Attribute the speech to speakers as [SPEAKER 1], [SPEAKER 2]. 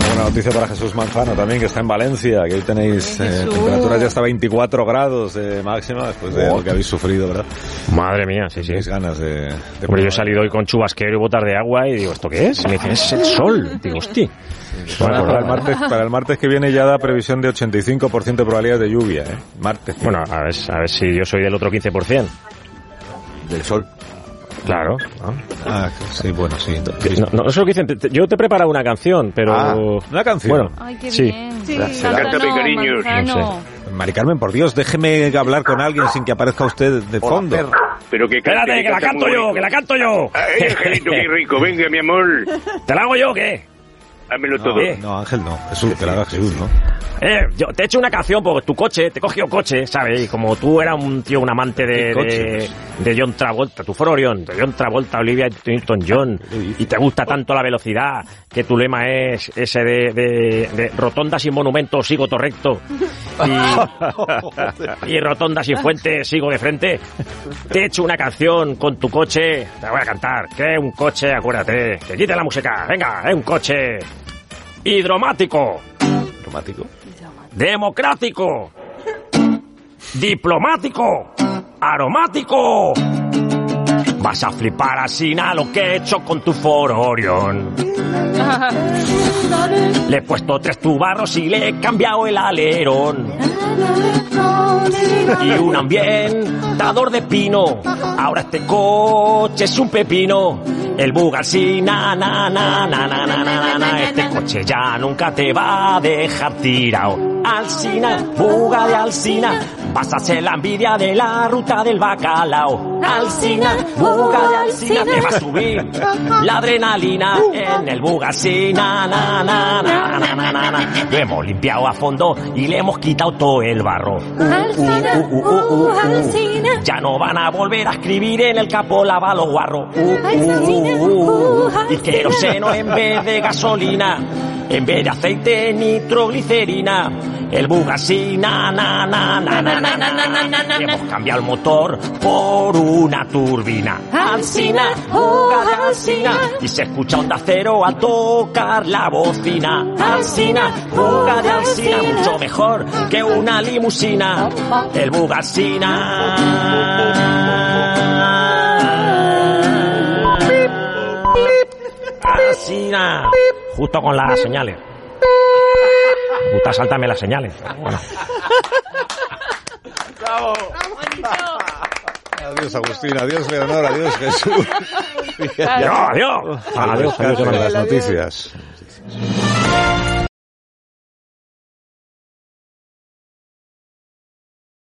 [SPEAKER 1] Una buena noticia para Jesús Manzano también, que está en Valencia, que hoy tenéis eh, temperaturas ya hasta 24 grados de máxima después de lo que habéis sufrido, ¿verdad?
[SPEAKER 2] Madre mía, sí, sí.
[SPEAKER 1] Tenéis ganas de... de
[SPEAKER 2] Hombre, yo he salido hoy con chubasquero y botas de agua y digo, ¿esto qué es? Y me dicen, es el sol. Digo, hostia.
[SPEAKER 1] Bueno, para, el martes, para el martes que viene ya da previsión de 85% de probabilidades de lluvia, ¿eh? Martes.
[SPEAKER 2] Bueno, a ver, a ver si yo soy del otro 15%.
[SPEAKER 3] del sol.
[SPEAKER 2] Claro. ¿no?
[SPEAKER 1] Ah, sí, bueno, sí.
[SPEAKER 2] No, no, eso es lo que dicen. te- te- yo te he preparado una canción, pero...
[SPEAKER 1] Ah, una canción. Ah,
[SPEAKER 2] Bueno,
[SPEAKER 4] Ay, qué
[SPEAKER 2] Sí.
[SPEAKER 4] bien.
[SPEAKER 5] Sí.
[SPEAKER 4] Manzano,
[SPEAKER 5] Cántame, cariños.
[SPEAKER 4] Manzano.
[SPEAKER 1] Mari Carmen, por Dios, déjeme hablar con alguien sin que aparezca usted de fondo.
[SPEAKER 5] Pero que cante,
[SPEAKER 2] Espérate, que la
[SPEAKER 5] canta
[SPEAKER 2] canto
[SPEAKER 5] muy
[SPEAKER 2] yo,
[SPEAKER 5] rico.
[SPEAKER 2] que la canto yo.
[SPEAKER 5] Ay, Angelito, qué rico. Venga, mi amor,
[SPEAKER 2] ¿Te la hago yo o qué?
[SPEAKER 5] hámelo
[SPEAKER 1] No,
[SPEAKER 5] todo.
[SPEAKER 2] Eh.
[SPEAKER 1] no, Ángel, no. Jesús, que la haga Jesús, ¿no?
[SPEAKER 2] Eh, yo te he hecho una canción por tu coche, te he cogido coche, ¿sabes? Y como tú eras un tío, un amante de,
[SPEAKER 1] ¿Qué coche?
[SPEAKER 2] de, de John Travolta, tu foro Orión, de John Travolta, Olivia Newton-John, y te gusta tanto la velocidad, que tu lema es ese de, de- de rotondas y monumentos sigo torrecto, y, y rotondas y fuentes sigo de frente, te he hecho una canción con tu coche, te voy a cantar, que es un coche, acuérdate, que quite la música, venga, es un coche hidromático
[SPEAKER 1] Automático.
[SPEAKER 2] democrático, diplomático, aromático. Vas a flipar así a lo que he hecho con tu foro Orión. Le he puesto tres tubarros y le he cambiado el alerón. Y un ambientador de pino. Ahora este coche es un pepino. El bugal sí, na, na, na, na, na, na, na, na, na. Este coche ya nunca te va a dejar tirado. Alcina, fuga de Alcina. Vas a ser la envidia de la ruta del bacalao. Alcina, fuga de Alcina. Te va a subir la adrenalina en el bugal sí, na, na, na, na, na, na, na, na. Lo hemos limpiado a fondo y le hemos quitado todo el barro.
[SPEAKER 4] Alcina,
[SPEAKER 2] Uh, uh, uh, uh, uh.
[SPEAKER 4] Alcina.
[SPEAKER 2] Ya no van a volver a escribir en el capó lava los guarros. Uh, uh, uh, uh. Y queroseno en vez de gasolina. En vez de aceite, nitroglicerina. El bugasina, na, na, na, na, na, na, na, na, na, na. Hemos cambiado el motor por una turbina. Alcina, fuga de Alcina. Y se escucha onda cero al tocar la bocina. Alcina, fuga de Alcina. Mucho mejor que una limusina. El bugasina. Alcina. Justo con las señales. Me gusta saltarme las señales. pero Bueno.
[SPEAKER 1] Adiós, Agustín. Adiós, Leonor. Adiós, Jesús.
[SPEAKER 2] Adiós, adiós. Adiós, adiós,
[SPEAKER 1] Adiós,
[SPEAKER 2] adiós,
[SPEAKER 1] Ángel,
[SPEAKER 2] adiós.
[SPEAKER 1] las noticias.